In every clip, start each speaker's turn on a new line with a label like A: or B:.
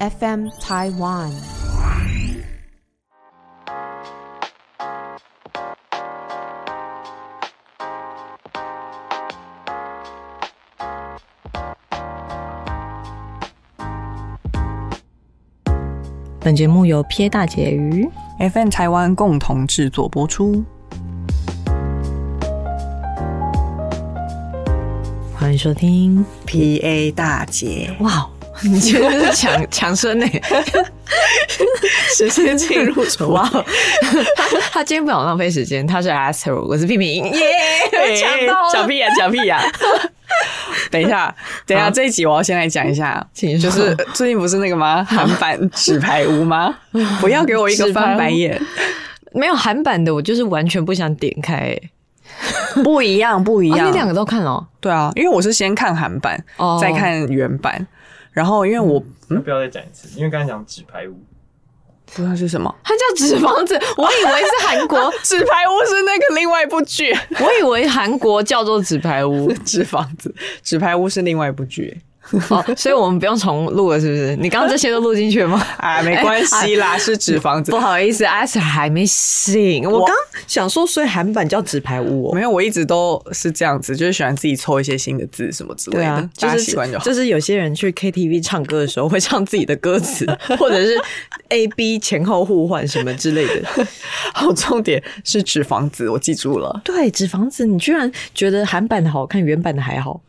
A: FM Taiwan。
B: 本节目由撇大姐鱼
C: FM 台湾共同制作播出。
B: 欢迎收听。
C: PA 大姐，
B: 哇，你觉得是强强生 呢、
C: 直接进入主
B: 哇，他 他今天不想浪费时间，他是 Astro，我是屁屁， 耶，抢到
C: 讲
B: 了，
C: 屁呀、啊讲屁呀、 等一下，等一下，
B: 好
C: 这一集我要先来讲一下，
B: 请
C: 就
B: 说
C: 是呃最近不是那个吗？韩版《纸牌屋》 吗？不要给我一个
B: 纸牌屋
C: 翻白眼，
B: 没有韩版的，我就是完全不想点开、欸。
C: 不一样，不一
B: 哦你两个都看了哦，
C: 对啊，因为我是先看韩版，
B: 哦
C: 再看原版，然后因为我
D: 那不要再讲一次，因为刚才讲纸牌屋，
C: 不知道是什么。
B: 它叫纸房 子，我以为是韩 国，
C: 纸牌屋是那个另外一部剧，
B: 我以为韩国叫做纸牌屋
C: 纸房子，纸牌屋是另外一部剧
B: 哦，所以我们不用重录了，是不是？你刚刚这些都录进去了吗？
C: 啊，没关系啦，是纸房 子
B: 不。好意思阿 s 还没醒，我
C: 我
B: 刚想说，所以韩版叫纸牌屋、哦
C: 没。有，我一直都是这样子，就是喜欢自己凑一些新的字什么之类
B: 对
C: 的，
B: 啊，就
C: 大家
B: 是
C: 习惯 就好。
B: 就是有些人去 KTV 唱歌的时候会唱自己的歌词，或者 是 A B 前后互换什么之类的。
C: 好，重点是纸房子，我记住了，
B: 对，纸房子，你居然觉得韩版的好看，原版的还好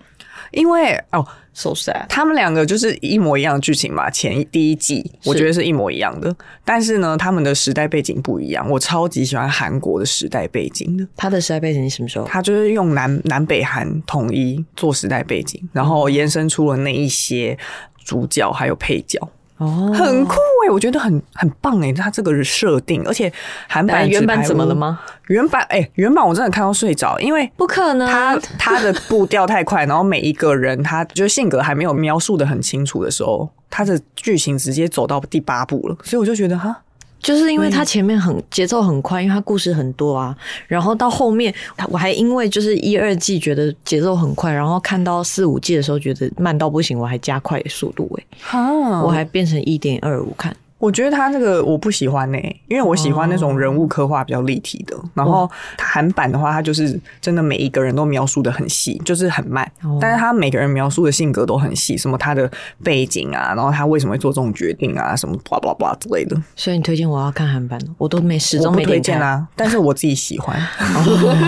C: 因为哦，
B: ，so sad。
C: 他们两个就是一模一样的剧情嘛，前一第一季我觉得是一模一样的，但是呢，他们的时代背景不一样，我超级喜欢韩国的时代背景的。
B: 他的时代背景你什么时候？
C: 他就是用南南北韩统一做时代背景，然后延伸出了那一些主角还有配角，
B: 哦，
C: 很酷哎、我觉得很很棒哎、他这个设定，而且韩版
B: 原版
C: 纸牌屋
B: 怎么了吗？
C: 原版哎、原版我真的看到睡着，因为
B: 不可能
C: 他他的步调太快，然后每一个人他就是性格还没有描述的很清楚的时候，他的剧情直接走到第八部了，所以我就觉得哈，
B: 就是因为它前面很节奏很快，因为它故事很多啊，然后到后面我还因为就是一二季觉得节奏很快，然后看到四五季的时候觉得慢到不行，我还加快速度哎、
C: 哈
B: 我还变成一点二五看。
C: 我觉得他这个我不喜欢呢、因为我喜欢那种人物刻画比较立体的。然
B: 哦
C: 后韩版的话，它就是真的每一个人都描述的很细，就是很慢，
B: 哦
C: 但是他每个人描述的性格都很细，什么他的背景啊，然后他为什么会做这种决定啊，什么 blah blah blah 之类的，
B: 所以你推荐我要看韩版的，我都没始
C: 我
B: 终
C: 不
B: 没
C: 推
B: 点
C: 荐
B: 开，
C: 啊。但是我自己喜欢，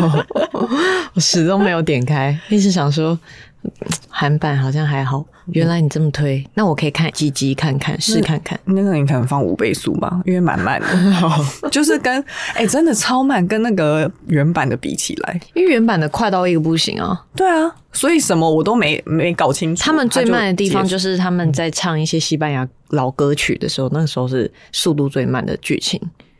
B: 我始终没有点开，一直想说嗯韩版好像还好。原来你这么推，那我可以看几集看看试看看。
C: 那个你可能放五倍速吧，因为蛮慢 的，就是跟哎、真的超慢，跟那个原版的比起来，
B: 因为原版的快到一个不行啊！
C: 对啊，所以什么我都没没搞清楚。
B: 他们最
C: 它就
B: 慢的地方
C: 结束
B: 就是他们在唱一些西班牙老歌曲的时候，那个时候是速度最慢的剧情。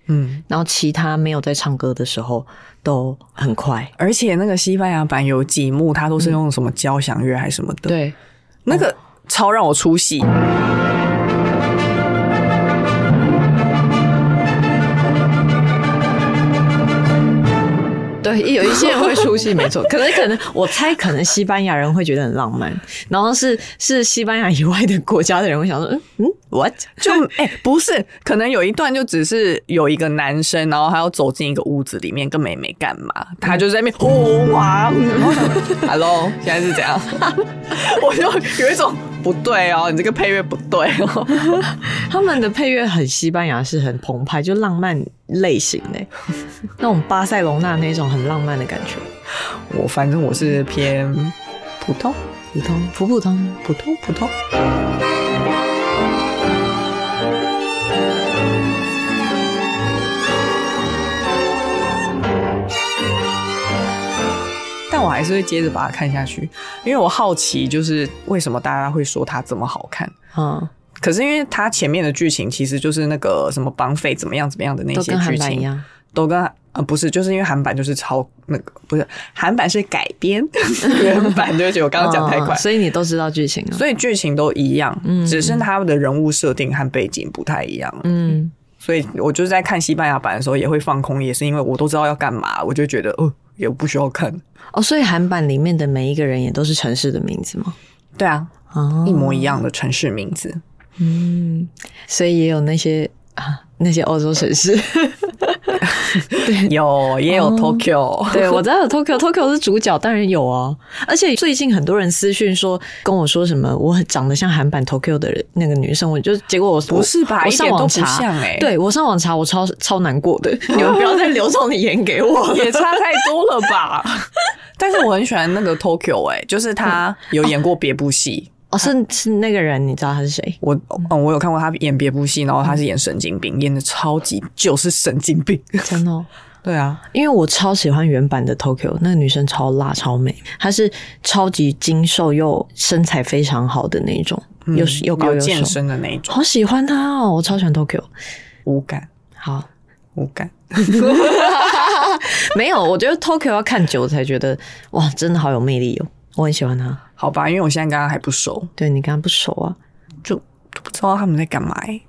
C: 嗯。
B: 然后其他没有在唱歌的时候都很快。
C: 而且那个西班牙版有几幕，它都是用什么交响乐还是什么的，
B: 对，
C: 那个超让我出戏。
B: 对，有一些人会出戏，没错。可能可能，我猜可能西班牙人会觉得很浪漫，然后是是西班牙以外的国家的人会想说，嗯嗯，what？
C: 就哎、不是，可能有一段就只是有一个男生，然后他要走进一个屋子里面跟妹妹干嘛，他就在那边呼哇，然后我想嗯 hello，现 在是怎样？我就有一种不对哦，你这个配乐不对哦。
B: 他们的配乐很西班牙，是很澎湃，就浪漫类型的，那种巴塞隆纳那种很浪漫的感觉，
C: 我反正我是偏普通，
B: 普通普普通。
C: 普通，普通。但我还是会接着把它看下去，因为我好奇，就是为什么大家会说它这么好看。
B: 嗯，
C: 可是因为它前面的剧情其实就是那个什么绑匪怎么样怎么样的那
B: 都
C: 些
B: 跟韩
C: 剧
B: 版一
C: 情，
B: 样，
C: 都跟呃不是，就是因为韩版就是超那个不是韩版是改编， 原版就是我刚刚讲太快
B: 嗯，所以你都知道剧情啊了。
C: 所以剧情都一样，
B: 嗯
C: 只是他们的人物设定和背景不太一样。
B: 嗯，
C: 所以我就是在看西班牙版的时候也会放空，也是因为我都知道要干嘛，我就觉得哦，也不需要看。
B: 哦，所以韩版里面的每一个人也都是城市的名字吗？
C: 对啊，
B: 哦
C: 一模一样的城市名字。
B: 嗯，所以也有那些啊，那些欧洲城市。
C: 有也有 Tokyo，
B: 哦 对，我知道有 Tokyo，Tokyo 是主角，当然有哦。而且最近很多人私讯说跟我说什么，我很长得像韩版 Tokyo 的人那个女生，我就结果我
C: 不是吧
B: 我
C: 一点
B: 上
C: 都
B: 网
C: 不
B: 查，
C: 像欸
B: 对我上网查，我超超难过 的。你们不要再留这种言给我了。
C: 也差太多了吧？ 但是我很喜欢那个 Tokyo，哎、就 是他有演过别部戏。
B: 哦，是是那个人，你知道他是谁？
C: 我嗯，我有看过他演别部戏，然后他是演神经病，演的超级就是神经病。
B: 真的、哦。
C: 对啊，
B: 因为我超喜欢原版的 Tokyo，那个女生超辣超美，她是超级精瘦又身材非常好的那一种，又又高
C: 嗯有
B: 又
C: 健
B: 瘦，
C: 身的那一种，
B: 好喜欢她哦，我超喜欢 Tokyo。
C: 无感
B: 好，
C: 无感。
B: 没有，我觉得 Tokyo 要看久才觉得哇，真的好有魅力哦，我很喜欢她。
C: 好吧，因为我现在跟他还不熟，
B: 对你跟她不熟啊，
C: 就就不知道他们在干嘛、欸。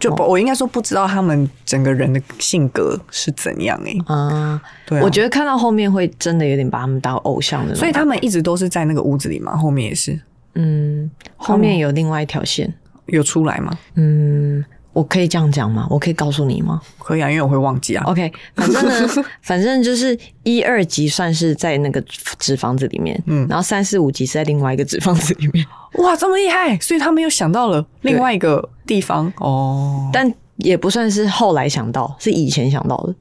C: 就不我应该说不知道他们整个人的性格是怎样哎、
B: 啊、
C: 对啊、
B: 我觉得看到后面会真的有点把他们当偶像的那种感觉，
C: 所以他们一直都是在那个屋子里嘛，后面也是
B: 嗯，后面有另外一条线，
C: 有出来吗？
B: 嗯，我可以这样讲吗？我可以告诉你吗？
C: 可以啊，因为我会忘记啊。
B: OK，反正 呢，反正就是一二级算是在那个纸房子里面，嗯
C: 嗯，哦
B: 然后三四五级是在另外一个纸房子里面，
C: 哇，这么厉害！所以他们又想到了另外一个地方哦，
B: 但也不算是后来想到，是以前想到的。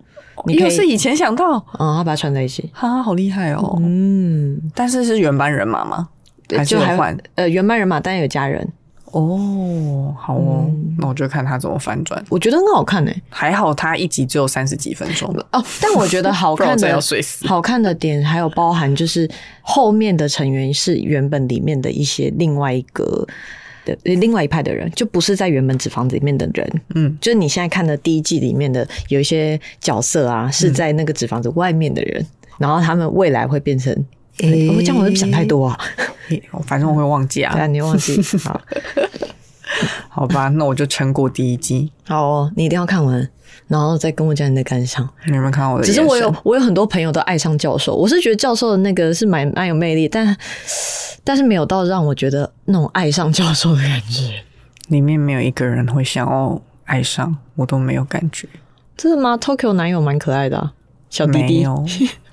B: 你可
C: 又
B: 以
C: 是以前想到，
B: 嗯，他把它串在一起，
C: 哈、好厉害哦！
B: 嗯，
C: 但是是原班人马吗？
B: 对
C: 还是
B: 就
C: 有
B: 还
C: 换？
B: 呃，原班人马，但有家人，
C: 哦，好哦，那我就看他怎么翻转。
B: 我觉得很好看诶、
C: 还好他一集只有三十几分钟，
B: 哦，但我觉得好
C: 不然
B: 看
C: 我真
B: 的
C: 要睡死
B: 好看的点还有包含就是后面的成员是原本里面的一些另外一个的另外一派的人，就不是在原本纸房子里面的人。
C: 嗯，
B: 就是你现在看的第一季里面的有一些角色啊，
C: 嗯
B: 是在那个纸房子外面的人，然后他们未来会变成。
C: 诶
B: 我、这样我就想太多啊！
C: 嘿反正我会忘记
B: 对啊，
C: 啊。
B: 你忘记好，
C: 好吧，那我就撑过第一季。
B: 好、哦，你一定要看完，然后再跟我讲你的感想。
C: 你有没有看到我的
B: 只是
C: 眼神？
B: 我有我有很多朋友都爱上教授，我是觉得教授的那个是蛮蛮有魅力，但 但是没有到让我觉得那种爱上教授的感觉。
C: 里面没有一个人会想要爱上，我都没有感觉，
B: 真的吗？Tokyo 男友蛮可爱的啊、小弟
C: 没
B: 弟
C: 有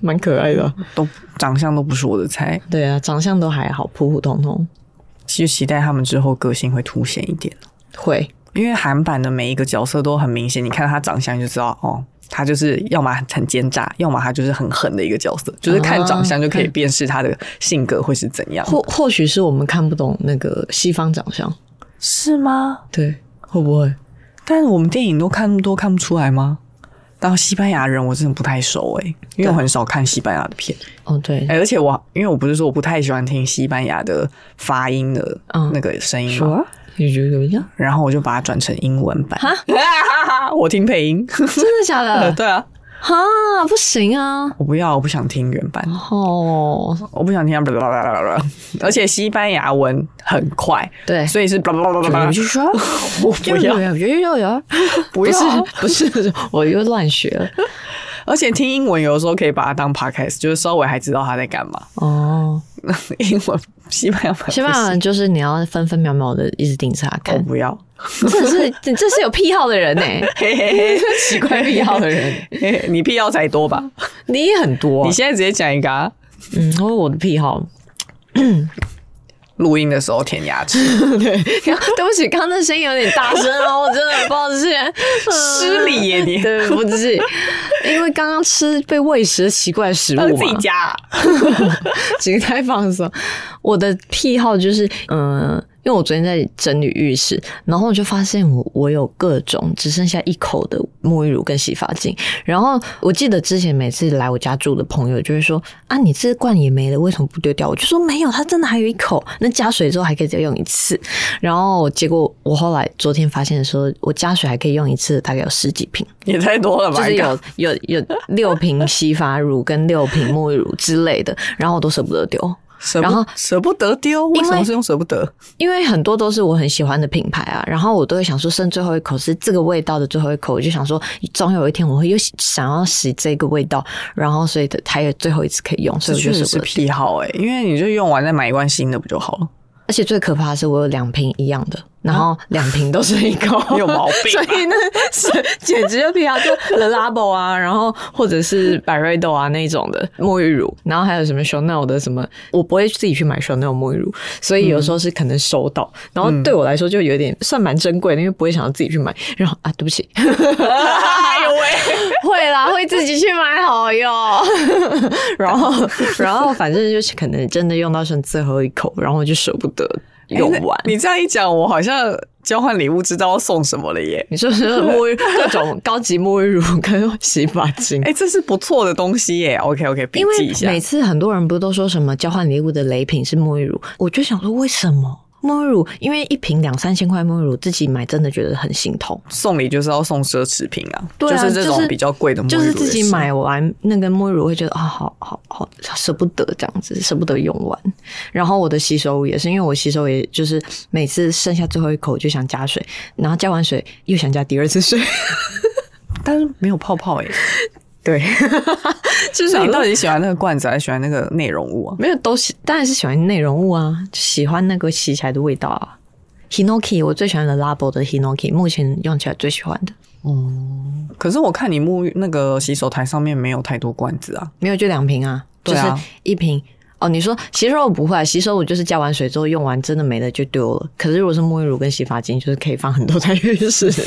B: 蛮可爱 的啊、
C: 都长相都不是我的菜。
B: 对啊，长相都还好，普普通通。
C: 其实期待他们之后个性会凸显一点，
B: 会，
C: 因为韩版的每一个角色都很明显，你看他长相就知道哦。他就是要么很奸诈，要么他就是很狠的一个角色，就是看长相就可以辨识他的性格会是怎样，
B: 或或许是我们看不懂那个西方长相，
C: 是吗？
B: 对，会不会？
C: 但是我们电影都看都看不出来吗？然后西班牙人我真的不太熟诶、因为我很少看西班牙的片。
B: 哦，对，
C: 哎、而且我因为我不是说我不太喜欢听西班牙的发音的
B: 嗯
C: 那个声音嘛，
B: 说你觉得怎么 样？
C: 然后我就把它转成英文版， 我听配音。
B: 真的假的？
C: 对啊，
B: 哈，不行啊！
C: 我不要，我不想听原版，
B: 哦，
C: 我不想听它。blah blah blah blah blah 而且西班牙文很快，
B: 对，
C: 所以是 blah blah blah blah blah
B: 就说，
C: 我不要，
B: 有有有，
C: 不
B: 不
C: 要
B: 是。 不是，我又乱学了。
C: 而且听英文有的时候可以把它当 podcast，就是稍微还知道他在干嘛。
B: 哦，
C: 英文西班牙版不
B: 西班牙
C: 行
B: 人就是你要分分秒秒的一直盯着他
C: 我
B: 看，
C: 不要，
B: 这是这这是有癖好的人欸呢、
C: 嘿嘿嘿，
B: 奇怪癖好的人，
C: 嘿嘿 你必要才多吧？
B: 你也很多、啊
C: 你现在直接讲一个、啊。
B: 嗯，因为我的癖好，
C: 录音的时候舔 牙齿，
B: 对不起，刚刚那声音有点大声哦， 我真的很抱歉，嗯
C: 失礼耶 你，
B: 对不起，因为刚刚吃被喂食的奇怪的食物
C: 那
B: 嘛，
C: 自己夹啊、
B: 只是太放松。我的癖好就是，嗯、因为我昨天在整理浴室，然后我就发现我我有各种只剩下一口的沐浴乳跟洗发精。然后我记得之前每次来我家住的朋友就会说：“啊，你这罐也没了，为什么不丢掉？”我就说：“没有，它真的还有一口。那加水之后还可以再用一次。”然后结果我后来昨天发现的时候，我加水还可以用一次，大概有十几瓶。
C: 也太多了吧？
B: 就是有有有六瓶洗发乳跟六瓶沐浴乳之类的，然后我都舍不得丢，
C: 舍不
B: 然后
C: 舍不得丢，为什么是用舍不得？
B: 因为很多都是我很喜欢的品牌啊，然后我都会想说剩最后一口是这个味道的最后一口，我就想说总有一天我会又想要洗这个味道，然后所以它有最后一次可以用，所
C: 这
B: 以我就
C: 确
B: 舍
C: 实
B: 不
C: 是
B: 得丢。
C: 欸癖好哎、因为你就用完再买一罐新的不就好了？
B: 而且最可怕的是，我有两瓶一样的，然后两瓶都是一个，
C: 啊 你有毛病
B: 所
C: 吧
B: 以呢，是简直就比较就 The Labo 啊，然后或者是百瑞豆啊那种的沐浴乳，然后还有什么 Chanel 的什么，我不会自己去买 Chanel 沐浴乳，所以有时候是可能收到，
C: 嗯
B: 然后对我来说就有点算蛮珍贵的，因为不会想要自己去买，然后啊，对不起，
C: 哎呦喂！
B: 会啦，会自己去买好 哟。然 后，然后反正就是可能真的用到剩最后一口，然后我就舍不得 用完。
C: 你这样一讲，我好像交换礼物知道要送什么了耶。
B: 你说是沐浴各种高级沐浴乳跟洗发精
C: 哎、。这是不错的东西耶。OK OK，笔
B: 因为
C: 记一下
B: 每。次很多人不都说什么交换礼物的雷品是沐浴乳，我就想说为什么沐浴乳？因为一瓶两三千块沐浴乳自己买真的觉得很心痛。
C: 送礼就是要送奢侈品啊，
B: 对啊，
C: 就是这种比较贵的沐浴乳
B: 就是自己
C: 也是。
B: 买哦完那个沐浴乳会觉得啊，好好好舍不得这样子，舍不得用完。然后我的洗手乳也是，因为我洗手也就是每次剩下最后一口就想加水，然后加完水又想加第二次 水。
C: 但是没有泡泡耶。
B: 对，就是
C: 那
B: 想
C: 你到
B: 说
C: 底喜欢那个罐子，还是喜欢那个内容物啊？
B: 没有都喜，当然是喜欢内容物啊，就喜欢那个洗起来的味道啊。Hinoki 我最喜欢的 Labo 的 Hinoki，目前用起来最喜欢的，
C: 可是我看你沐浴那个洗手台上面没有太多罐子啊。
B: 没有就两瓶啊，就
C: 对
B: 是
C: 啊
B: 一瓶。哦，你说洗手乳不会、啊，洗手乳就是加完水之后用完真的没了就丢了。可是如果是沐浴乳跟洗发精，就是可以放很多在浴室的。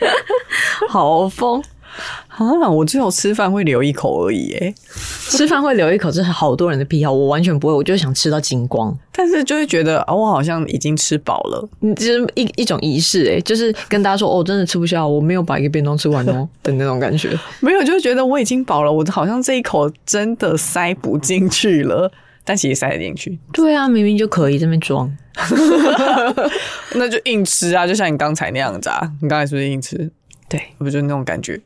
B: 好疯，
C: 啊，我只有吃饭会留一口而已耶。
B: 吃饭会留一口，这是好多人的癖好，我完全不会，我就想吃到精光。
C: 但是就会觉得啊，我好像已经吃饱了。
B: 嗯就是一一种仪式、欸，就是跟大家说，哦，我真的吃不下，我没有把一个便当吃完哦的那种感觉。
C: 没有，就会觉得我已经饱了，我好像这一口真的塞不进去了，但其实塞得进去，
B: 对啊，明明就可以这边装。
C: 那就硬吃啊，就像你刚才那样子啊，你刚才是不是硬吃？
B: 对，
C: 不就是那种感觉？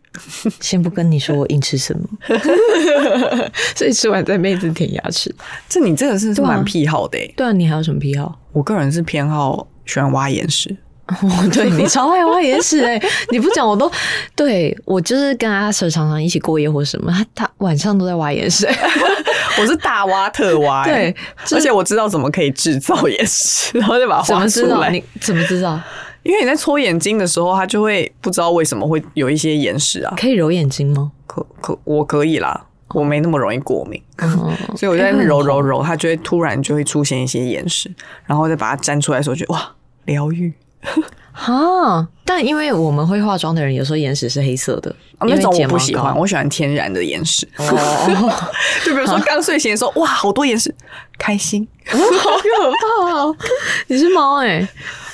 B: 先不跟你说我硬吃什么， 所以吃完再妹子舔牙齿。
C: 这你这个是
B: 对啊
C: 蛮癖好的、欸，
B: 对啊，你还有什么癖好？
C: 我个人是偏好喜欢挖眼屎，
B: 我哦对你超爱挖眼屎哎、你不讲我都对我就是跟阿 Sir 常常一起过夜或什么，他他晚上都在挖眼屎、
C: 我是大挖特挖、欸，
B: 对就是
C: 而且我知道怎么可以制造眼屎，然后就把它
B: 怎
C: 画
B: 么
C: 出
B: 知道？
C: 来。
B: 你怎么知道？
C: 因为你在搓眼睛的时候，它就会不知道为什么会有一些眼屎啊。
B: 可以揉眼睛吗？
C: 可可我可以啦，
B: 哦
C: 我没那么容易过敏。
B: 嗯，
C: 所以我在那边揉揉揉，它就会突然就会出现一些眼屎，然后再把它粘出来的时候，觉得哇，疗愈。
B: 哈，但因为我们会化妆的人，有时候眼屎是黑色的，
C: 啊
B: 因
C: 那
B: 为
C: 种
B: 睫
C: 我
B: 毛
C: 不喜
B: 膏
C: 欢，我喜欢天然的眼屎。
B: 哦，
C: 就比 如说刚睡醒的时候，哇，好多眼屎，开心。
B: 好可怕哦！你是猫哎、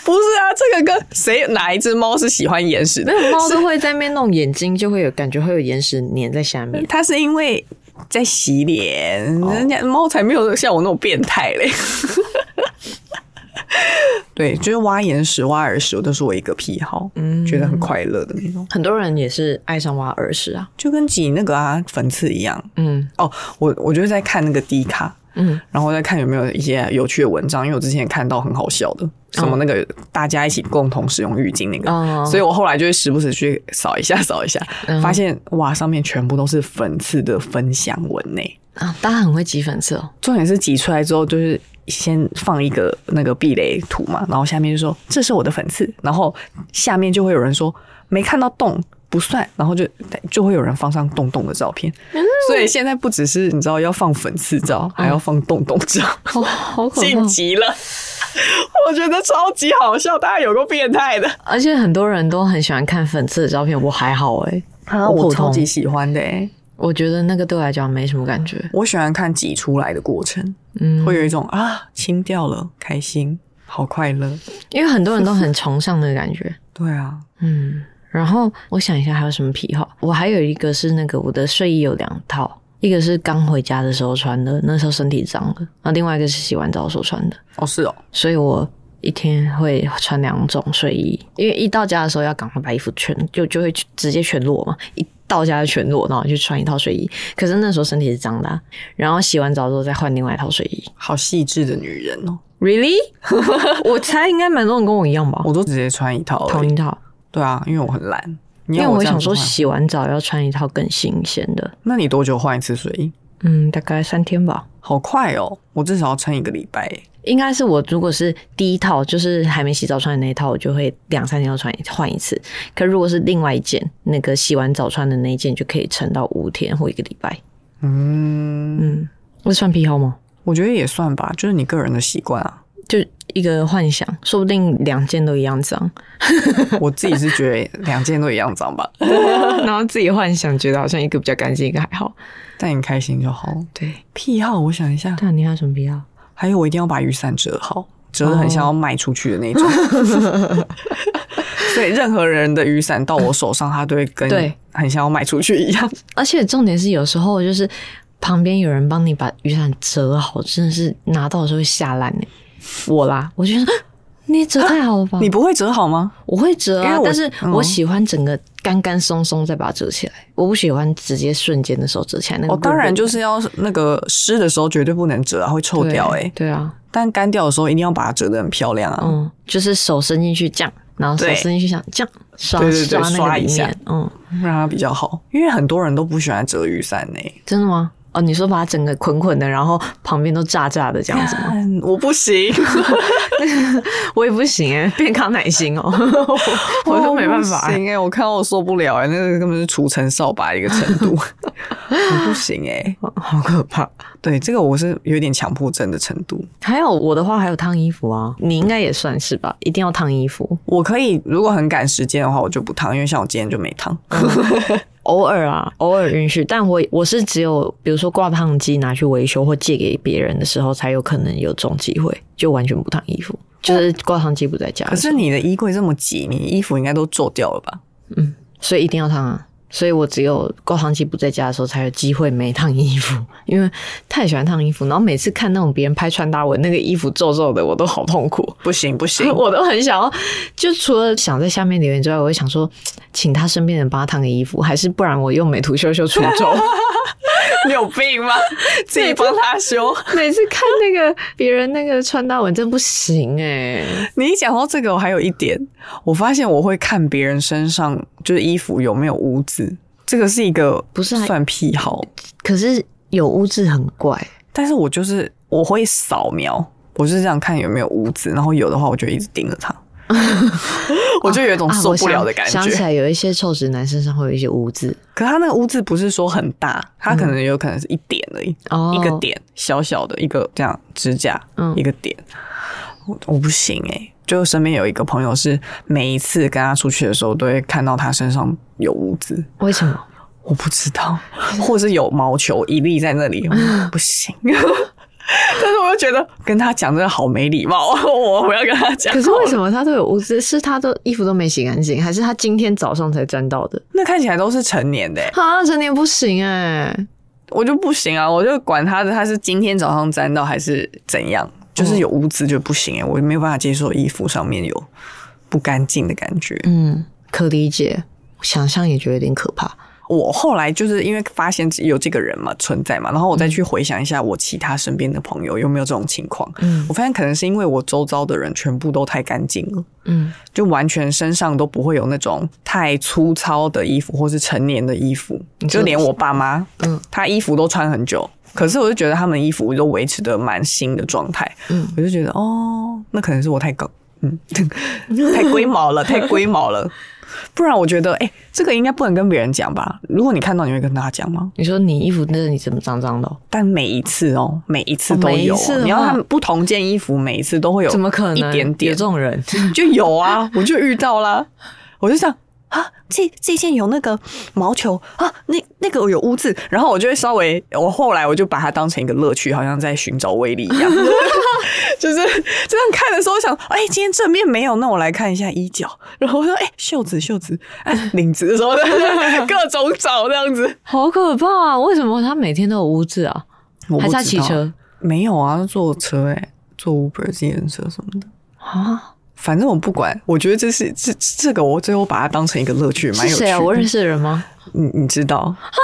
C: 不是啊，这个跟谁哪一只猫是喜欢眼屎
B: 没
C: 的？
B: 有猫都会在那边弄眼睛，就会有感觉会有眼屎粘在下面。
C: 它是因为在洗脸，人家猫才没有像我那种变态嘞。 对，就是挖眼屎、挖耳屎，都是我一个癖好，嗯，觉得很快乐的那种，
B: 很多人也是爱上挖耳屎啊，
C: 就跟挤那个啊粉刺一样，
B: 嗯
C: 哦，我我就是在看那个 D 卡，
B: 嗯，
C: 然后再看有没有一些有趣的文章，因为我之前也看到很好笑的，什么那个大家一起共同使用浴巾那个，
B: 哦
C: 所以我后来就会时不时去扫一下扫一下，
B: 嗯
C: 发现哇，上面全部都是粉刺的分享文呢、
B: 啊，大家很会挤粉刺哦。
C: 重点是挤出来之后就是。先放一个那个避雷图嘛，然后下面就说这是我的粉刺，然后下面就会有人说没看到洞不算，然后就就会有人放上洞洞的照片，
B: 嗯
C: 所以现在不只是你知道要放粉刺照，还要放洞洞照，
B: 哦， 好可
C: 晋
B: 怕！
C: 级了， 我觉得超级好笑，大家有个变态的，
B: 而且很多人都很喜欢看粉刺的照片，我还好哎、
C: 我
B: 普
C: 超
B: 通
C: 级喜欢的、欸，
B: 我觉得那个对我来讲没什么感觉。
C: 我喜欢看挤出来的过程，
B: 嗯，
C: 会有一种啊清掉了，开心，好快乐，
B: 因为很多人都很崇尚那个感觉。
C: 对啊，
B: 嗯，然后我想一下还有什么癖好，我还有一个是那个我的睡衣有两套，一个是刚回家的时候穿的，那时候身体脏了，然后另外一个是洗完澡的时候穿的，
C: 哦是哦，
B: 所以我一天会穿两种睡衣，因为一到家的时候要赶快把衣服全就就会直接全裸嘛，一到家就全裸，然后就穿一套睡衣，可是那时候身体是脏的啊、然后洗完澡之后再换另外一套睡衣。
C: 好细致的女人哦，
B: Really？我哦猜应该蛮多人跟我一样吧，
C: 我都直接穿一套而
B: 同
C: 已
B: 一，套，
C: 对啊，因为我很懒，你
B: 因
C: 要
B: 为我
C: 这样
B: 想
C: 子
B: 说
C: 换
B: 洗完澡要穿一套更新鲜的。
C: 那你多久换一次水衣？
B: 嗯，大概三天吧。
C: 好快哦！我至少要撑一个礼拜耶。
B: 应该是我如果是第一套，就是还没洗澡穿的那一套，我就会两三天要穿一换一次。可如果是另外一件，那个洗完澡穿的那一件，就可以撑到五天或一个礼拜。
C: 嗯，
B: 嗯，这算癖好吗？
C: 我觉得也算吧，就是你个人的习惯啊。
B: 就一个幻想，说不定两件都一样 脏，
C: 我自己是觉得两件都一样脏 吧，
B: 然后自己幻想觉得好像一个比较干净，一个还好。
C: 但你开心就好。
B: 对，
C: 癖好，我想一下，
B: 但你还有什么癖好？
C: 还有我一定要把雨伞折好，折的很像要卖出去的那 种。所以任何人的雨伞到我手上，它都会跟
B: 对
C: 很像要卖出去一样。
B: 而且重点是，有时候就是旁边有人帮你把雨伞折好，真的是拿到的时候会吓烂哎。我啦，我觉得 你折太好了 吧？
C: 你不会折好吗？
B: 我会折
C: 因为
B: 啊，
C: 我
B: 但是
C: 嗯
B: 我喜欢整个干干松松再把它折起来，我不喜欢直接瞬间的时候折起来。那个
C: 哦，当然就是是要那个湿的时候绝对不能折啊，会臭掉哎、
B: 对啊，
C: 但干掉的时候一定要把它折得很漂亮啊。
B: 嗯，就是手伸进去这样，然后手
C: 对
B: 伸进去这样这样刷
C: 对对对
B: 那个
C: 刷
B: 里
C: 一下
B: 面，嗯，
C: 让它比较好，因为很多人都不喜欢折雨伞欸呢、
B: 真的吗？哦，你说把它整个捆捆的，然后旁边都炸炸的这样子 吗？
C: 嗯，我不行，
B: 我也不行哎、变康乃馨 哦， 我我都没办法
C: 我不
B: 欸、
C: 行哎、我看到我受不了哎、那个根本是除尘扫把的一个程 度，我不行哎、
B: 好可怕。
C: 对，这个我是有点强迫症的程度。
B: 还有我的话，还有烫衣服啊，你应该也算是吧，一定要烫衣服，
C: 我可以，如果很赶时间的话，我就不烫，因为像我今天就没烫。
B: 偶尔啊，偶尔允许。但我我是只有比如说挂烫机拿去维修或借给别人的时候，才有可能有这种机会，就完全不烫衣服，就是挂烫机不在家
C: 可
B: 的时
C: 是
B: 候，
C: 你的衣柜这么挤，你衣服应该都皱掉了吧？
B: 所以一定要烫啊。所以我只有挂烫机不在家的时候，才有机会没烫衣服， 因为太喜欢烫衣服。然后每次看那种别人拍穿搭文，那个衣服皱皱的，我都好痛苦。，
C: 不行不 行
B: 我都很想要，就除了想在下面留言之外，我会想说，请他身边人帮他烫个衣服，还是不然我用美图秀秀除皱。
C: 你有病 吗？自己帮他修。
B: 每次看那个别人那个穿搭文，真不行哎、
C: 你一讲到这个，我还有一点，我发现我会看别人身上就是衣服有没有污渍，这个是一个
B: 不是啊
C: 算癖好，
B: 可是有污渍很怪，
C: 但是我就是我会扫描，我是这样看有没有污渍，然后有的话我就一直盯着它，我就有一种
B: 啊
C: 哦受
B: 我
C: 不
B: 想
C: 了的感觉。
B: 想起来有一些臭直男身上会有一些污渍
C: 可他那个污渍不是说很大，他可能有可能是一点而已，
B: 哦，
C: 一个点小小的一个这样指甲，
B: 嗯
C: 一个点。我我不行哎、就身边有一个朋友是每一次跟他出去的时候，都会看到他身上有污渍，
B: 为什么？
C: 我不知 道，或是有毛球一粒在那里，我不行。 但是我又觉得跟他讲真的好没礼貌，我我要跟他讲。
B: 可是为什么他都有污渍？是他都衣服都没洗干净，还是他今天早上才沾到的？
C: 那看起来都是成年的、欸，
B: 啊，成年不行哎、
C: 我就不行啊，我就管他的，他是今天早上沾到还是怎样，就是有污渍就不行哎、我没有办法接受衣服上面有不干净的感觉。
B: 嗯，可理解，想象也觉得有点可怕。
C: 我后来就是因为发现有这个人嘛存在嘛，然后我再去回想一下我其他身边的朋友有没有这种情况，
B: 嗯
C: 我发现可能是因为我周遭的人全部都太干净了，
B: 嗯
C: 就完全身上都不会有那种太粗糙的衣服或是成年的衣服，
B: 说
C: 就连我爸妈，
B: 嗯
C: 嗯，他衣服都穿很久，可是我就觉得他们衣服都维持的蛮新的状态，
B: 嗯
C: 我就觉得哦，那可能是我太高，嗯， 太龟毛了，太龟 毛了。不然我觉得，哎、这个应该不能跟别人讲吧？如果你看到，你会跟他讲吗？
B: 你说你衣服那你怎么脏脏的哦、
C: 但每一次哦，每一次
B: 哦
C: 都
B: 每一
C: 有哦，
B: 次的
C: 你要
B: 话
C: 他们不同件衣服，每一次都会有，
B: 怎么可能
C: 一点点
B: 有这种人？
C: 就有啊，我就遇到啦，我就想啊，这这件有那个毛球啊，那那个有污渍，然后我就会稍微，我后来我就把它当成一个乐趣，好像在寻找威力一样，就是这样看的时候想，哎、今天正面没有，那我来看一下衣角，然后我说，哎、袖子袖子，哎，领子什么的，各种找这样子，
B: 好可怕、啊！为什么他每天都有污渍啊？
C: 我不
B: 还是他
C: 知
B: 骑
C: 道
B: 车
C: 没有啊，坐车哎、坐 Uber 自行车什么的。
B: 啊？
C: 反正我不管，我觉得这是这这个，我最后把它当成一个乐趣，
B: 是
C: 蛮有趣
B: 谁
C: 的。
B: 啊？我认识的人吗？
C: 你，你知道？
B: 啊，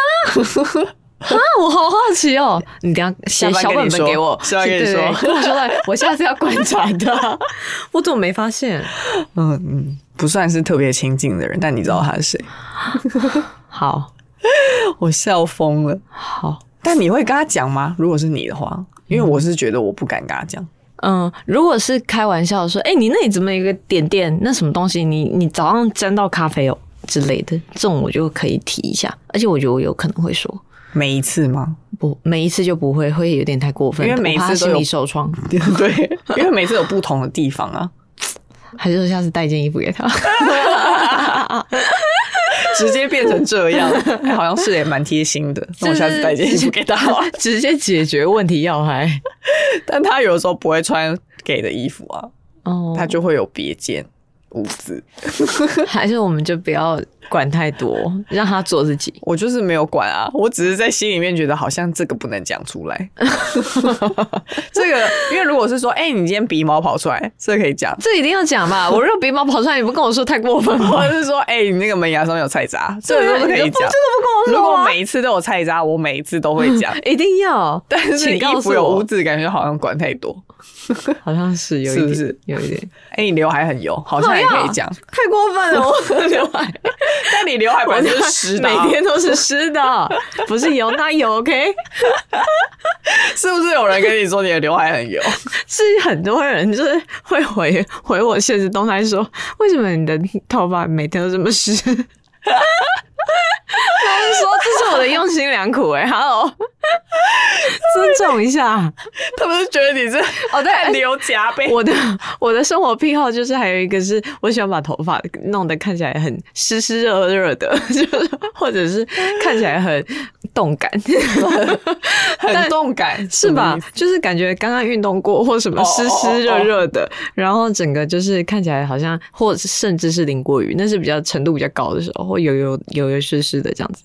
B: 我好好奇哦！你等一下写
C: 下班
B: 小
C: 跟
B: 本
C: 你
B: 本
C: 说
B: 给我，
C: 下班跟你
B: 对对
C: 说
B: 对跟我说 的，我下次要观察他。我怎么没发现？
C: 嗯嗯，不算是特别亲近的人，
B: 嗯
C: 但你知道他是谁？
B: 好
C: 我笑疯了。
B: 好，
C: 但你会跟他讲吗？如果是你的话，因为我是觉得我不敢跟他讲。
B: 嗯，如果是开玩笑说，哎、你那里怎么有一个点点？那什么东西？你你早上沾到咖啡哦之类的，这种我就可以提一下。而且我觉得我有可能会说，
C: 每一次 吗？
B: 不，每一次就不会，会有点太过分，
C: 因为每一次
B: 我怕他
C: 都
B: 心
C: 有
B: 理受创，
C: 对，因为每次有不同的地方啊，
B: 还是说下次带一件衣服给他？
C: 直接变成这样，哎好像是也蛮贴心的。 那我下次带件衣服给他好了。
B: 直接解决问题要 害。
C: 但他有的时候不会穿给的衣服啊，
B: 哦，
C: 他就会有别件污渍。
B: 还是我们就不要管太多，让他做自己。
C: 我就是没有管啊，我只是在心里面觉得好像这个不能讲 出来。这个，因为如果是说，哎、你今天鼻毛跑出来，这个可以讲。
B: 这一定要讲吧？我如果鼻毛跑出来，你不跟我说太过分
C: 或
B: 吗？
C: 者是说，哎、你那个门牙上有菜渣，这
B: 对
C: 个
B: 啊
C: 都可以
B: 你都真的
C: 讲。
B: 不跟我说啊
C: 如果每一次都有菜渣，我每一次都会 讲。
B: 一定要，
C: 但是
B: 请
C: 衣
B: 告诉
C: 服有污
B: 我，
C: 渍，感觉好像管太多。
B: 好像是有一点，
C: 是不是
B: 有一 点
C: 哎、你刘海很油，好像也可以讲。
B: 太过分了？ 我刘海，
C: 但你刘海本来就是湿的啊、
B: 每天都是湿的，啊不是油那油，OK？
C: 是不是有人跟你说你的刘海很油？
B: 是很多人就是会回回我现实动态说，为什么你的头发每天都这么湿？他们说这是我的用心良苦哎、欸、，Hello，尊重一下。
C: 他们就觉得你是
B: 哦，对，
C: 汗流浃背。
B: 我的我的生活癖好就是还有一个是我喜欢把头发弄得看起来很湿湿热热的， 就是或者是看起来很动感，
C: 很动感，
B: 是吧
C: 什么意思？？
B: 就是感觉刚刚运动过或什么
C: 哦
B: 湿
C: 哦哦
B: 湿热热的，然后整个就是看起来好像或甚至是淋过雨，那是比较程度比较高的时候，或油油油油湿湿的这样子，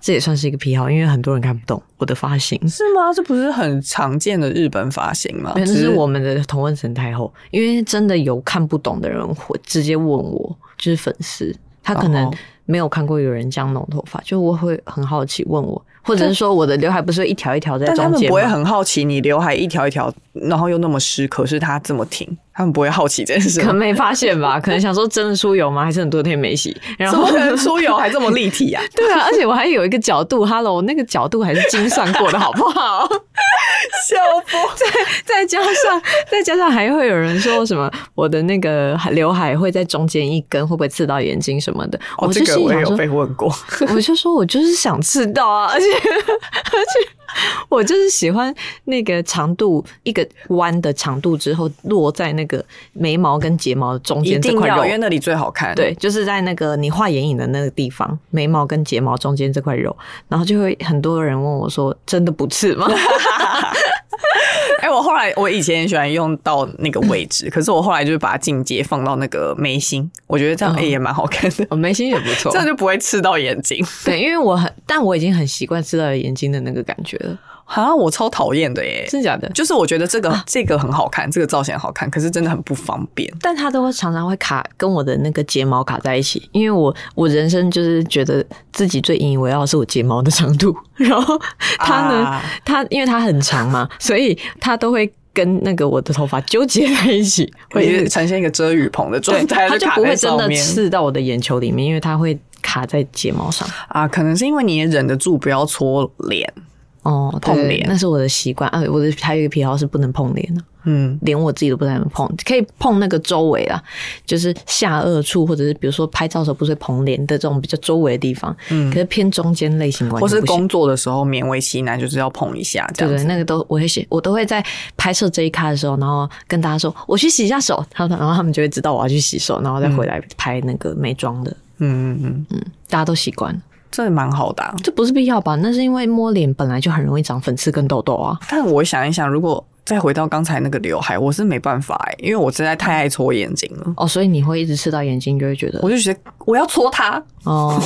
B: 这也算是一个癖好，因为很多人看不懂我的发型。
C: 是吗？这不是很常见的日本发型吗？
B: 没有，那
C: 只
B: 是我们的同温层太厚，因为真的有看不懂的人会直接问我，就是粉丝，他可
C: 然
B: 能
C: 后
B: 没有看过有人这样弄头发，就我会很好奇问我，或者是说我的刘海不是一条一条在
C: 但他
B: 中
C: 们
B: 间
C: 不会
B: 吗？
C: 很好奇你刘海一条一条，然后又那么湿，可是它这么挺，他们不会好奇这件事
B: 可能
C: 吗。
B: 没发现 吧？可能想说真的出油吗？还是很多天没洗？然
C: 怎
B: 后
C: 么可能出油还这么立体啊？
B: 对啊，而且我还有一个角度哈喽，我那个角度还是精算过 的好不好？
C: 笑疯！
B: 再加上再加上还会有人说什么我的那个刘海会在中间一根，会不会刺到眼睛什么的？
C: 哦，
B: 我
C: 这
B: 就
C: 个
B: 心里
C: 我
B: 想
C: 也有
B: 说，
C: 被问过。
B: 我就说我就是想刺到啊，而且而且我就是喜欢那个长度一个弯的长度之后落在那个眉毛跟睫毛中
C: 一
B: 间这
C: 定
B: 块
C: 要，因为
B: 肉。
C: 那里最好看。
B: 对，，就是在那个你画眼影的那个地方，眉毛跟睫毛中间这块肉，然后就会很多人问我说：“真的不刺吗
C: 哎、我后来我以前很喜欢用到那个位 置，可是我后来就是把它进阶放到那个眉心，我觉得这
B: 嗯，
C: 样哎、也蛮好看的？”
B: 我哦眉心也不错
C: 这样就不会刺到眼睛。
B: 对，因为我很，但我已经很习惯刺到眼睛的那个感觉了，
C: 啊，我超讨厌的耶！
B: 真的假的？
C: 就是我觉得这个、
B: 啊
C: 这个很好看，这个造型很好看，可是真的很不方便。
B: 但它都会常常会卡跟我的那个睫毛卡在一起，因为我我人生就是觉得自己最引以为傲是我睫毛的长度， 然后它呢，
C: 啊
B: 它因为它很长嘛，所以它都会跟那个我的头发纠结在一起，
C: 会
B: 会
C: 是呈现一个遮雨棚的状
B: 对，
C: 态，
B: 它就
C: 卡
B: 不
C: 在
B: 会真
C: 上
B: 的
C: 面
B: 刺到我的眼球里面，因为它会卡在睫毛上。
C: 啊。可能是因为你也忍得住不要搓脸，
B: 哦，对
C: 碰
B: 对
C: 脸
B: 那是我的习惯。啊，我的还有一个癖好是不能碰脸的。
C: 嗯，
B: 连我自己都不太能碰，可以碰那个周围啦，就是下颚处，或者是比如说拍照的时候不是会捧脸的这种比较周围的地方，嗯，可是偏中间类型完
C: 或是
B: 全不行。
C: 工作的时候勉为其难，就是要碰一下这
B: 对
C: 样
B: 对，
C: 子。
B: 那个都我会写，我都会在拍摄这一咖的时候，然后跟大家说我去洗一下手，他们然后他们就会知道我要去洗手，然后再回来拍那个美妆的，
C: 嗯嗯嗯，
B: 大家都习惯了，
C: 这蛮好的、啊。
B: 这不是必要吧？那是因为摸脸本来就很容易长粉刺跟痘痘啊，
C: 但我想一想，如果再回到刚才那个刘海，我是没办法哎、因为我实在太爱搓眼睛了。
B: 哦，所以你会一直刺到眼睛，就会觉得
C: 我就觉得我要搓它。
B: 哦，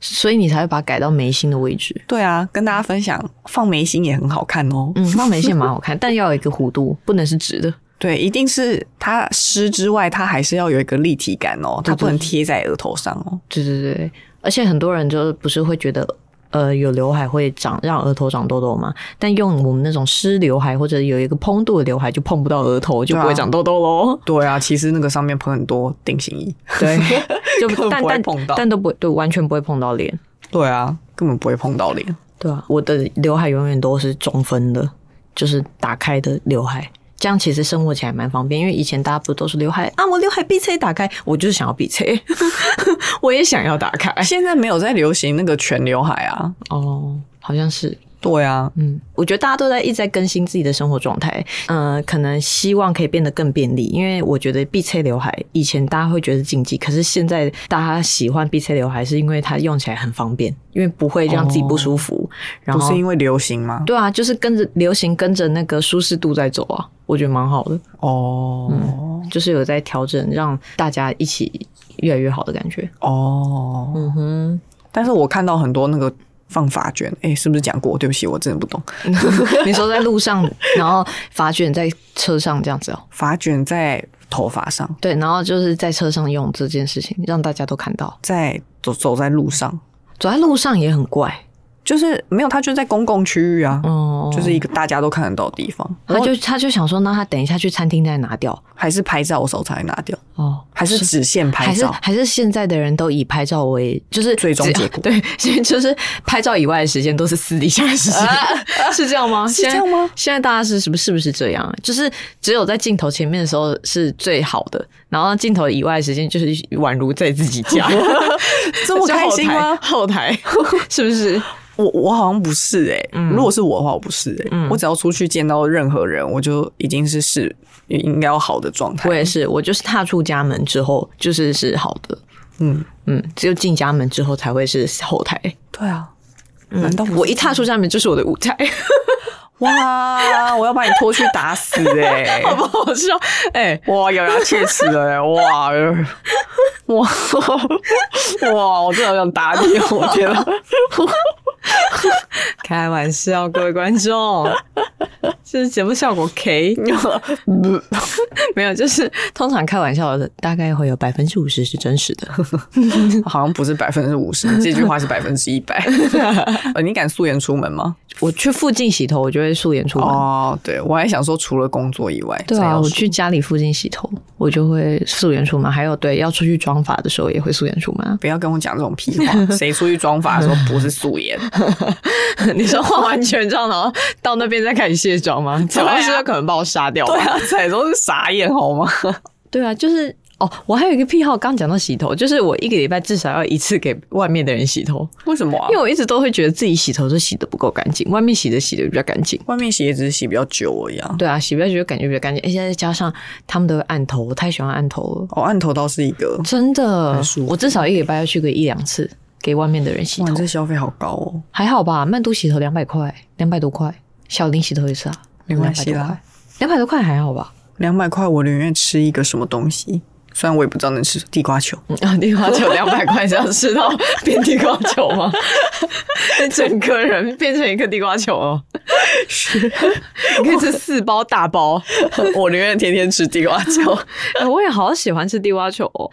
B: 所以你才会把它改到眉心的位置。
C: 对啊，跟大家分享，放眉心也很好看哦。
B: 嗯，放眉线蛮好 看，但要有一个弧度，不能是直的。
C: 对，一定是它湿之外，它还是要有一个立体感哦，它
B: 对对
C: 不能贴在额头上哦。
B: 对对对对，而且很多人就是不是会觉得，呃，有刘海会长让额头长痘痘嘛？但用我们那种湿刘海或者有一个蓬度的刘海，就碰不到额头，就不会长痘痘喽。
C: 对啊，其实那个上面喷很多定型液。
B: 对， 就
C: 根本
B: 但
C: 不 会
B: 但
C: 碰到
B: 但都不会，对，完全不会碰到脸。
C: 对啊，根本不会碰到脸。
B: 对啊，我的刘海永远都是中分的，就是打开的刘海。这样其实生活起来蛮方便，因为以前大家不都是刘海啊，我刘海必吹打开，我就是想要必吹， 我也想要打开。
C: 哎现在没有在流行那个全刘海啊。
B: 哦，好像是，
C: 对啊，
B: 嗯，我觉得大家都在一直在更新自己的生活状态，嗯，可能希望可以变得更便利，因为我觉得必吹刘海以前大家会觉得禁忌，可是现在大家喜欢必吹刘海是因为它用起来很方便，因为不会让自己不舒服，然
C: 不
B: 后
C: 是因为流行吗？
B: 对啊，就是跟着流行，跟着那个舒适度在走啊，我觉得蛮好的，
C: 哦、
B: 就是有在调整，让大家一起越来越好的感觉。
C: 哦，
B: 嗯哼，
C: 但是我看到很多那个放发卷，哎、是不是讲过？对不起，我真的不懂。
B: 你说在路上，然后发卷在车上这样子哦、
C: 发卷在头发上，
B: 对，然后就是在车上用这件事情，让大家都看到。
C: 在走走在路上，
B: 走在路上也很怪，
C: 就是没有，它就在公共区域啊，
B: 哦，
C: 就是一个大家都看得到的地方。
B: 他就他就想说，那他等一下去餐厅再拿掉
C: 还是拍照的时候才会拿掉，
B: 哦，
C: 还是只限拍
B: 还是
C: 照？
B: 还是现在的人都以拍照为就是
C: 最终结果
B: 只 对，所以就是拍照以外的时间都是私底下的时间， 是这样 吗？
C: 啊是这样吗
B: 现在？现在大家是是不是不是这样啊？就是只有在镜头前面的时候是最好的，然后镜头以外的时间就是宛如在自己家，
C: 这么开心吗
B: 就后台？后台 是不是？
C: 我我好像不是哎、
B: 嗯
C: 如果是我的话，我不是哎、我只要出去见到任何人，我就已经是是应该要好的状态
B: 我。也是，我就是踏出家门之后就是是好的，
C: 嗯，
B: 嗯，只有进家门之后才会是后台。
C: 对啊，难道不是
B: 嗯我一踏出家门就是我的舞台，
C: 哇，我要把你拖去打死哎、
B: 好不好笑？哎、
C: 哇，咬牙切齿了哎、哇， 呃哇 哇，我真的好想打你，我天啊！
B: 开玩笑，各位观众， 这是节目效果 K，没有，就是通常开玩笑的，大概会有百分之五十是真实的。
C: 好像不是百分 之五十，你这句话是百分之一百。呃，你敢素颜出门吗？
B: 我去附近洗头，我就会素颜出门。
C: 哦，对，我还想说除了工作以外，
B: 对
C: 这
B: 啊，
C: 要
B: 我
C: 说
B: 去家里附近洗头，我就会素颜出门。还有，对，要出去妆发的时候也会素颜出门啊。
C: 不要跟我讲这种屁话。谁出去妆发的时候不是素 颜？
B: 你说化完全妆，然后到那边再开始卸妆 吗？
C: 对啊
B: 是可能把我杀掉吧
C: 对啊，彩妆是傻眼好吗？
B: 对啊，就是哦，我还有一个癖好，刚讲到洗头，就是我一个礼拜至少要一次给外面的人洗头，
C: 为什么、啊
B: 因为？我一直都会觉得自己洗头都洗的不够干净，外面洗的洗的比较干净。
C: 外面洗也只是洗比较久而已啊。
B: 对啊，洗不觉得感觉比较干净，而且再加上他们都会按头，我太喜欢按头了，
C: 哦，按头倒是一个，
B: 真的
C: 很舒，服
B: 我至少一个礼拜要去个一两次给外面的人洗
C: 哇，
B: 头
C: 你，这消费好高哦。
B: 还好吧？曼都洗头两百块，两百多块，小林洗头也是啊，
C: 没关系
B: 200
C: 啦
B: 多块，两百多块还好吧？
C: 两百块，我宁愿吃一个什么东西，虽然我也不知道能吃地瓜球。
B: 嗯啊，地瓜球两百块是要吃到变地瓜球 吗？整个人变成一个地瓜球哦， 是，你可以吃四包大包。
C: 我宁愿天天吃地瓜 球。
B: 哎我也好喜欢吃地瓜球、 哦，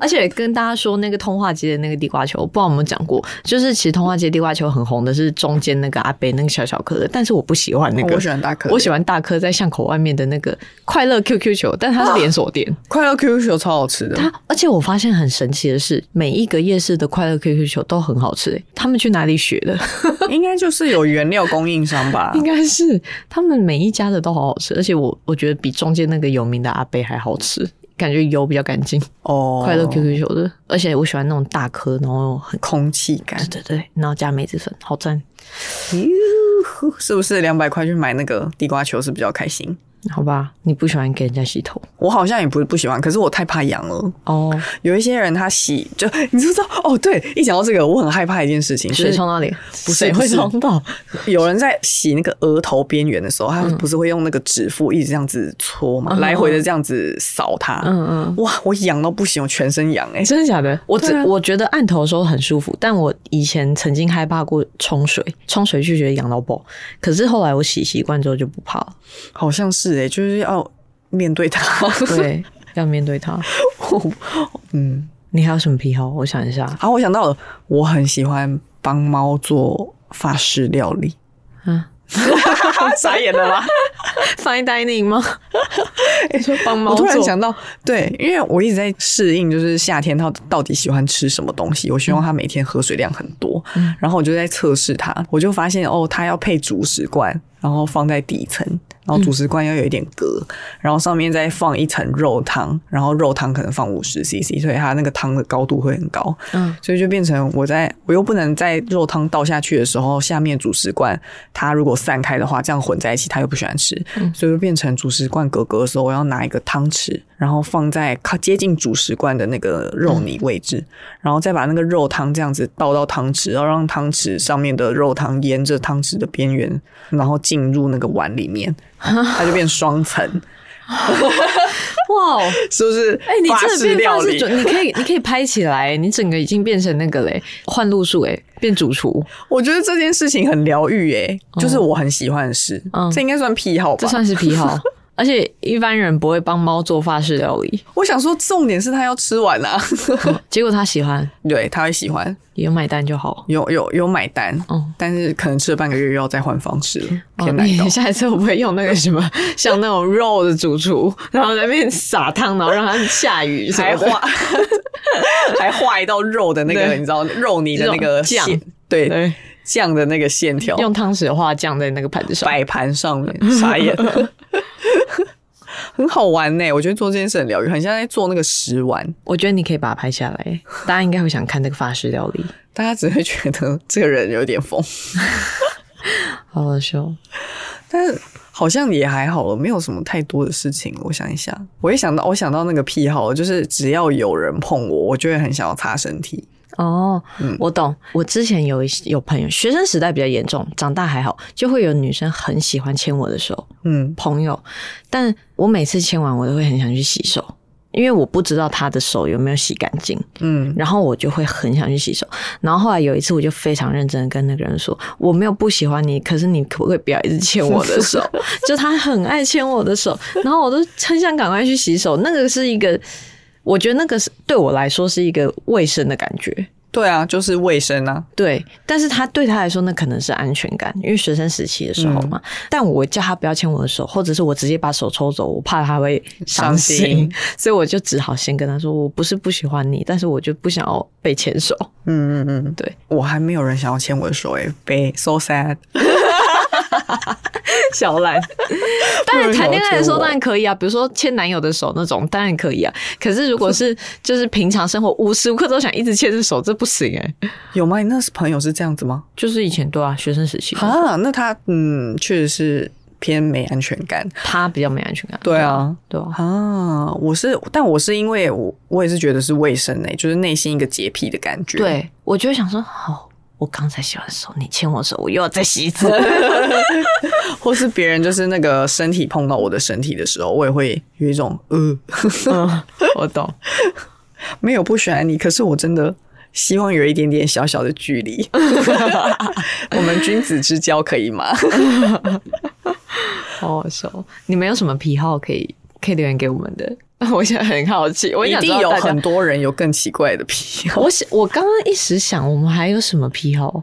B: 而且跟大家说，那个通化街的那个地瓜球，我不知道有没有讲过，就是其实通化街地瓜球很红的是中间那个阿伯那个小小颗的，但是我不喜欢那个，
C: 哦我喜欢大颗的，
B: 我喜欢大颗在巷口外面的那个快乐 QQ 球，但它是连锁店。
C: 快乐 QQ 球超好吃 的。
B: 它，而且我发现很神奇的是，每一个夜市的快乐 QQ 球都很好吃、欸。他们去哪里学的？
C: 应该就是有原料供应商吧
B: 应？该是他们每一家的都好好吃，而且我我觉得比中间那个有名的阿贝还好吃，感觉油比较干净。
C: 哦，
B: 快乐 QQ 球的，而且我喜欢那种大颗，然后很
C: 空气感
B: 对，对对，然后加梅子粉，好赞，
C: 是不是两百块去买那个地瓜球是比较开心？
B: 好吧？你不喜欢给人家洗头
C: 我好像也不是不喜欢，可是我太怕痒了。
B: 哦，
C: 有一些人他洗就你知不知道哦，对，一讲到这个，我很害怕一件事 情，就
B: 水
C: 是
B: 冲到脸，
C: 不是
B: 水会冲到，
C: 有人在洗那个额头边缘的时候，他不是会用那个指腹一直这样子搓嘛，
B: 嗯
C: 来回的这样子扫它。
B: 嗯嗯，
C: 哇，我痒到不行，我全身痒哎、
B: 欸真的假的？我只、
C: 对啊
B: 我觉得按头的时候很舒服，但我以前曾经害怕过冲水， 冲水就觉得痒到爆，可是后来我洗习惯之后就不怕 了，
C: 好像是哎、就是要面对它。
B: 对，要面对它。
C: 嗯，
B: 你还有什么癖好？我想一下，
C: 好，我想到了，我很喜欢帮猫做法式料理。
B: 嗯，
C: 他 傻眼了吗？
B: fine dining 吗？你说帮猫
C: 我突然
B: 做
C: 想到，对，因为我一直在适应，就是夏天他到底喜欢吃什么东西。我希
B: 嗯
C: 望他每天喝水量很多，然后我就在测试他，我就发现哦，他要配主食罐，然后放在底层，然
B: 嗯
C: 后主食罐要有一点隔，然后上面再放一层肉汤，然后肉汤可能放五十 CC，所以它那个汤的高度会很高，
B: 嗯，
C: 所以就变成我在我又不能在肉汤倒下去的时候，下面主食罐它如果散开的话，这样混在一起，它又不喜欢吃，
B: 嗯
C: 所以就变成主食罐格格的时候，我要拿一个汤匙，然后放在靠接近主食罐的那个肉泥位置，
B: 嗯
C: 然后再把那个肉汤这样子倒到汤匙，然后让汤匙上面的肉汤沿着汤匙的边缘，然后进入那个碗里面，它就变双层，
B: 哇哦！
C: 是不是？
B: 哎、你
C: 法
B: 这
C: 式
B: 个变
C: 料
B: 法式
C: 理
B: 主，你可以你可以拍起来，你整个已经变成那个嘞，换路数哎，变主厨，
C: 我觉得这件事情很疗愈诶，就是我很喜欢的事，
B: 哦嗯
C: 这应该算癖好吧？
B: 这算是癖 好。而且一般人不会帮猫做法式料理，
C: 我想说，重点是他要吃完 啊，
B: 结果他喜欢，
C: 对，他会喜欢，
B: 有买单就好。
C: 有有有买单，
B: 嗯
C: 但是可能吃了半个月又要再换方式了，
B: 哦，
C: 偏难搞
B: 你。下一次会不会用那个什 么，像那种肉的主厨，然后在那边撒汤，然后让它下雨什
C: 还
B: 么的？
C: 画 还画一道肉的那个，
B: 对
C: 你知道肉泥的那
B: 肉
C: 个
B: 酱
C: 线，对
B: 对，
C: 酱的那个线条，
B: 用汤匙画酱在那个盘子上。
C: 摆盘 上面，傻眼 了。很好玩呢、我觉得做这件事很疗愈，很像在做那个食玩。
B: 我觉得你可以把它拍下来，大家应该会想看这个法式料理，
C: 大家只会觉得这个人有点疯，
B: 好好笑。
C: 但是好像也还好了，没有什么太多的事情。我想一下，我一想到我想到那个癖好了，就是只要有人碰我，我就会很想要擦身体。
B: 哦，我懂。我之前有一有朋友，学生时代比较严重，长大还好，就会有女生很喜欢牵我的手，
C: 嗯，
B: 朋友。但我每次牵完，我都会很想去洗手，因为我不知道她的手有没有洗干净，
C: 嗯，
B: 然后我就会很想去洗手。然后后来有一次，我就非常认真的跟那个人说，我没有不喜欢你，可是你可不可以不要一直牵我的 手？就他很爱牵我的手，然后我都很想赶快去洗手。那个是一个，我觉得那个是对我来说是一个卫生的感觉。
C: 对啊，就是卫生啊，
B: 对，但是他对他来说，那可能是安全感，因为学生时期的时候嘛。但我叫他不要牵我的手，或者是我直接把手抽走，我怕他会伤心，
C: 伤心
B: 所以我就只好先跟他说，我不是不喜欢你，但是我就不想要被牵手。
C: 嗯嗯嗯，
B: 对，
C: 我还没有人想要牵我的手诶、欸，被 so sad。
B: 小兰， 当 然谈恋爱的时候
C: 不
B: 当
C: 能
B: 然
C: 了解我
B: 可以啊，比如说牵男友的手那种，当然可以啊。可是如果 是就是平常生活无时无刻都想一直牵着手，这不行哎、
C: 有吗？你那是朋友是这样子吗？
B: 就是以前对啊，学生时期
C: 啊，那他嗯，确实是偏没安全感
B: 他比较没安全感。
C: 对啊，
B: 对啊，
C: 啊。我是，但我是因为我我也是觉得是卫生诶、就是内心一个洁癖的感觉。，
B: 对，我就会想说，好、我刚才洗完手，你牵我手，我又要再洗一 次。
C: 或是别人就是那个身体碰到我的身体的时候，我也会有一种呃，
B: 嗯我懂，
C: 没有不喜欢你，可是我真的希望有一点点小小的距 离。我们君子之交可以吗？
B: 好好笑。你们有什么癖好可以可以留言给我们的？ 我现在很好奇，我
C: 一
B: 想知
C: 定
B: 道
C: 有
B: 大家
C: 很。多人有更奇怪的癖好。
B: 我想，我刚刚一时想，我们还有什么癖好？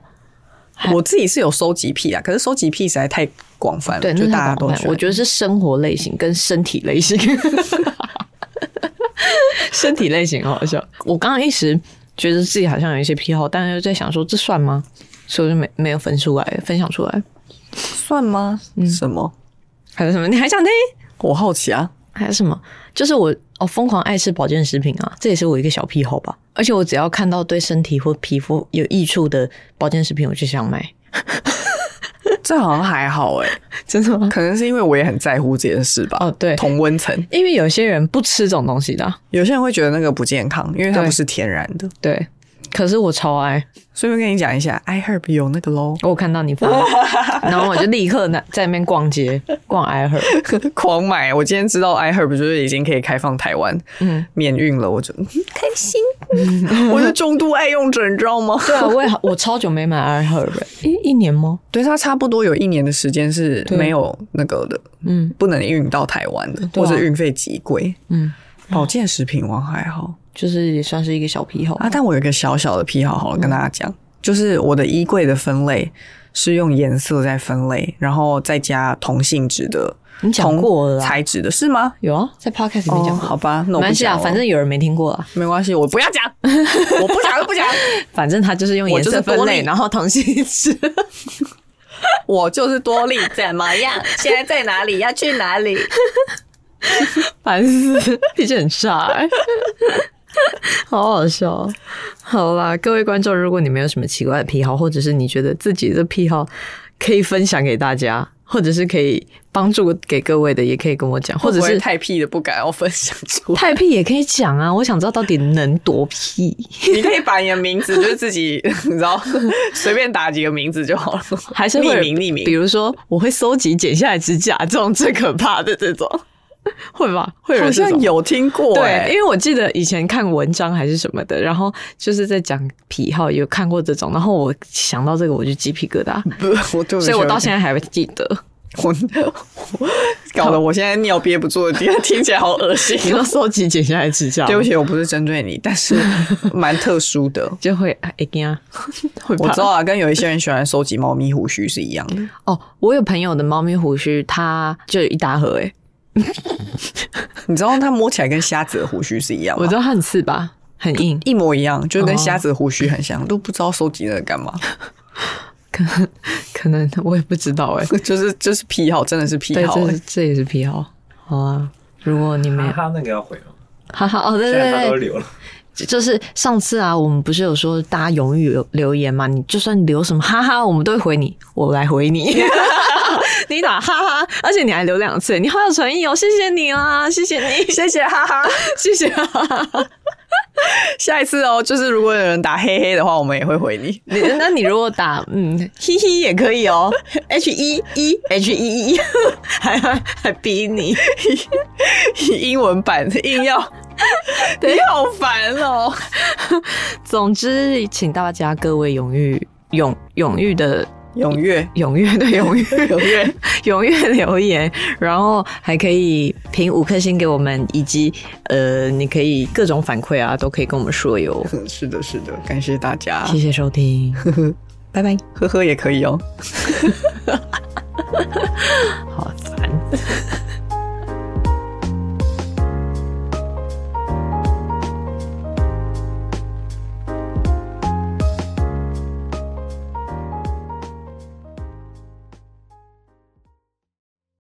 C: 我自己是有收集癖啊，可是收集癖实在太广泛了，
B: 对，
C: 就
B: 那
C: 大家都
B: 太广
C: 喜
B: 泛
C: 欢
B: 我觉得是生活类型跟身体类型。 身体类型好好笑。我刚刚一时觉得自己好像有一些癖好，但是又在想说这算吗？所以我就没没有分出来，分享出来。
C: 算吗？
B: 嗯
C: 什么？
B: 还有什么？你还想听？
C: 我好奇啊，
B: 还有什么？就是我哦，疯狂爱吃保健食品啊，这也是我一个小癖好吧。而且我只要看到对身体或皮肤有益处的保健食品，我就想买。
C: 这好像还好哎、
B: 真的吗？
C: 可能是因为我也很在乎这件事吧。
B: 哦对
C: 同温层，
B: 因为有些人不吃这种东西的啊、
C: 有些人会觉得那个不健康，因为它
B: 对
C: 不是天然的。
B: 对。可是我超爱，，
C: 顺便跟你讲一下，iHerb 有那个喽
B: 我有看到你 发，然后我就立刻在在那边逛街，逛 i h e r
C: 狂买！我今天知道 iHerb 就是已经可以开放台湾，嗯，免运了，我就 开 心。我是重度爱用者，你知道吗？
B: 对啊，我也好我超久没买 i h e r 了， 一一年吗？
C: 对，它差不多有一年的时间是
B: 对
C: 没有那个的，
B: 嗯，
C: 不能运到台湾的，
B: 对
C: 或
B: 啊
C: 者运费极贵。
B: 嗯，
C: 保健食品我还好
B: 就是也算是一个小癖好
C: 啊啊，但我有一个小小的癖好，好了，跟大家讲，就是我的衣柜的分类是用颜色在分类，然后再加同性质的。
B: 你讲过了
C: 同
B: 啦
C: 材质的是吗？
B: 有啊，在 podcast 里面讲
C: 哦
B: 过、
C: 好吧，
B: 没
C: 那我不
B: 关系啊，
C: 讲了
B: 反正有人没听过啊，
C: 没关系，我不要讲， 我不讲就不讲，
B: 反正他就是用
C: 我
B: 颜
C: 就是
B: 色分
C: 多
B: 类，
C: 利
B: 然后同性质。
C: 我就是多利，怎么样？现在在哪里？要去哪里？
B: 烦 死，脾气很差、欸，好好笑哦。好啦，各位观众，如果你们有什么奇怪的癖好，或者是你觉得自己的癖好可以分享给大家，或者是可以帮助给各位的，也可以跟我讲， 或者
C: 会不会
B: 是
C: 太屁的不敢要分享 出来。
B: 太屁也可以讲啊。我想知道到底能多屁，
C: 你可以把你的名字就是自己，你知道， 随便打几个名字就好了，
B: 还是会有
C: 匿名匿名
B: 比。如说，我会搜集剪下来指甲这种最可怕的这种，会吧？会有
C: 好
B: 人这
C: 像
B: 种
C: 有听过、
B: 对，因
C: 欸，
B: 为我记得以前看文章还是什么的，然后就是在讲癖好，有看过这种，然后我想到这个我就鸡皮疙瘩，
C: 不，我对不
B: 所
C: 起
B: 以我到现在还记得。
C: 我 我搞得我现在尿憋不住的，听起来好 恶心
B: 你。说收集剪下来指甲，
C: 对不起，我不是针对你，但是蛮特 殊的。
B: 就会哎呀，会
C: 我
B: 怕
C: 知道啊，跟有一些人喜欢收集猫咪胡须是一样的。
B: 哦。我有朋友的猫咪胡须，它就有一大盒哎、
C: 你知道它摸起来跟虾子的胡须是一样吗？
B: 我知道它很刺吧，很硬，
C: 一模一样，就是跟
B: 哦
C: 虾子的胡须很像，都不知道收集那个干嘛。
B: 可能可能我也不知道哎、
C: 就是就是癖好，真的是癖
B: 对，
C: 好、
B: 这
C: 欸
B: 是这也是癖好。好啊，如果你没
D: 哈
B: 有，
D: 哈，那个要毁了，
B: 哈哈哦，对
D: 现
B: 对
D: 在
B: 对
D: 他，都留了，
B: 就是上次啊，我们不是有说大家踊跃留留言嘛？你就算留什么哈哈，我们都会回你，我来回 你。你打哈哈，而且你还留两次，你好有诚意哦，谢谢你啦，谢谢你，
C: 欸谢 谢，哈哈。
B: 谢谢、啊。
C: 下一次哦，就是如果有人打嘿嘿的话，我们也会 回你。
B: 你那你如果打嗯嘿嘿也可以哦，H E E H E E，还还还逼你，
C: 英文版硬要，你好烦哦。
B: 总之，请大家各位踊跃踊踊跃的
C: 踊跃，
B: 踊跃的踊跃。
C: 踊 跃，
B: 踊跃留言，然后还可以评五颗星给我们，以及呃，你可以各种反馈啊，都可以跟我们说哟。
C: 是的，是的，感谢大家。
B: 谢谢收 听，拜拜。
C: 呵呵，也可以哦。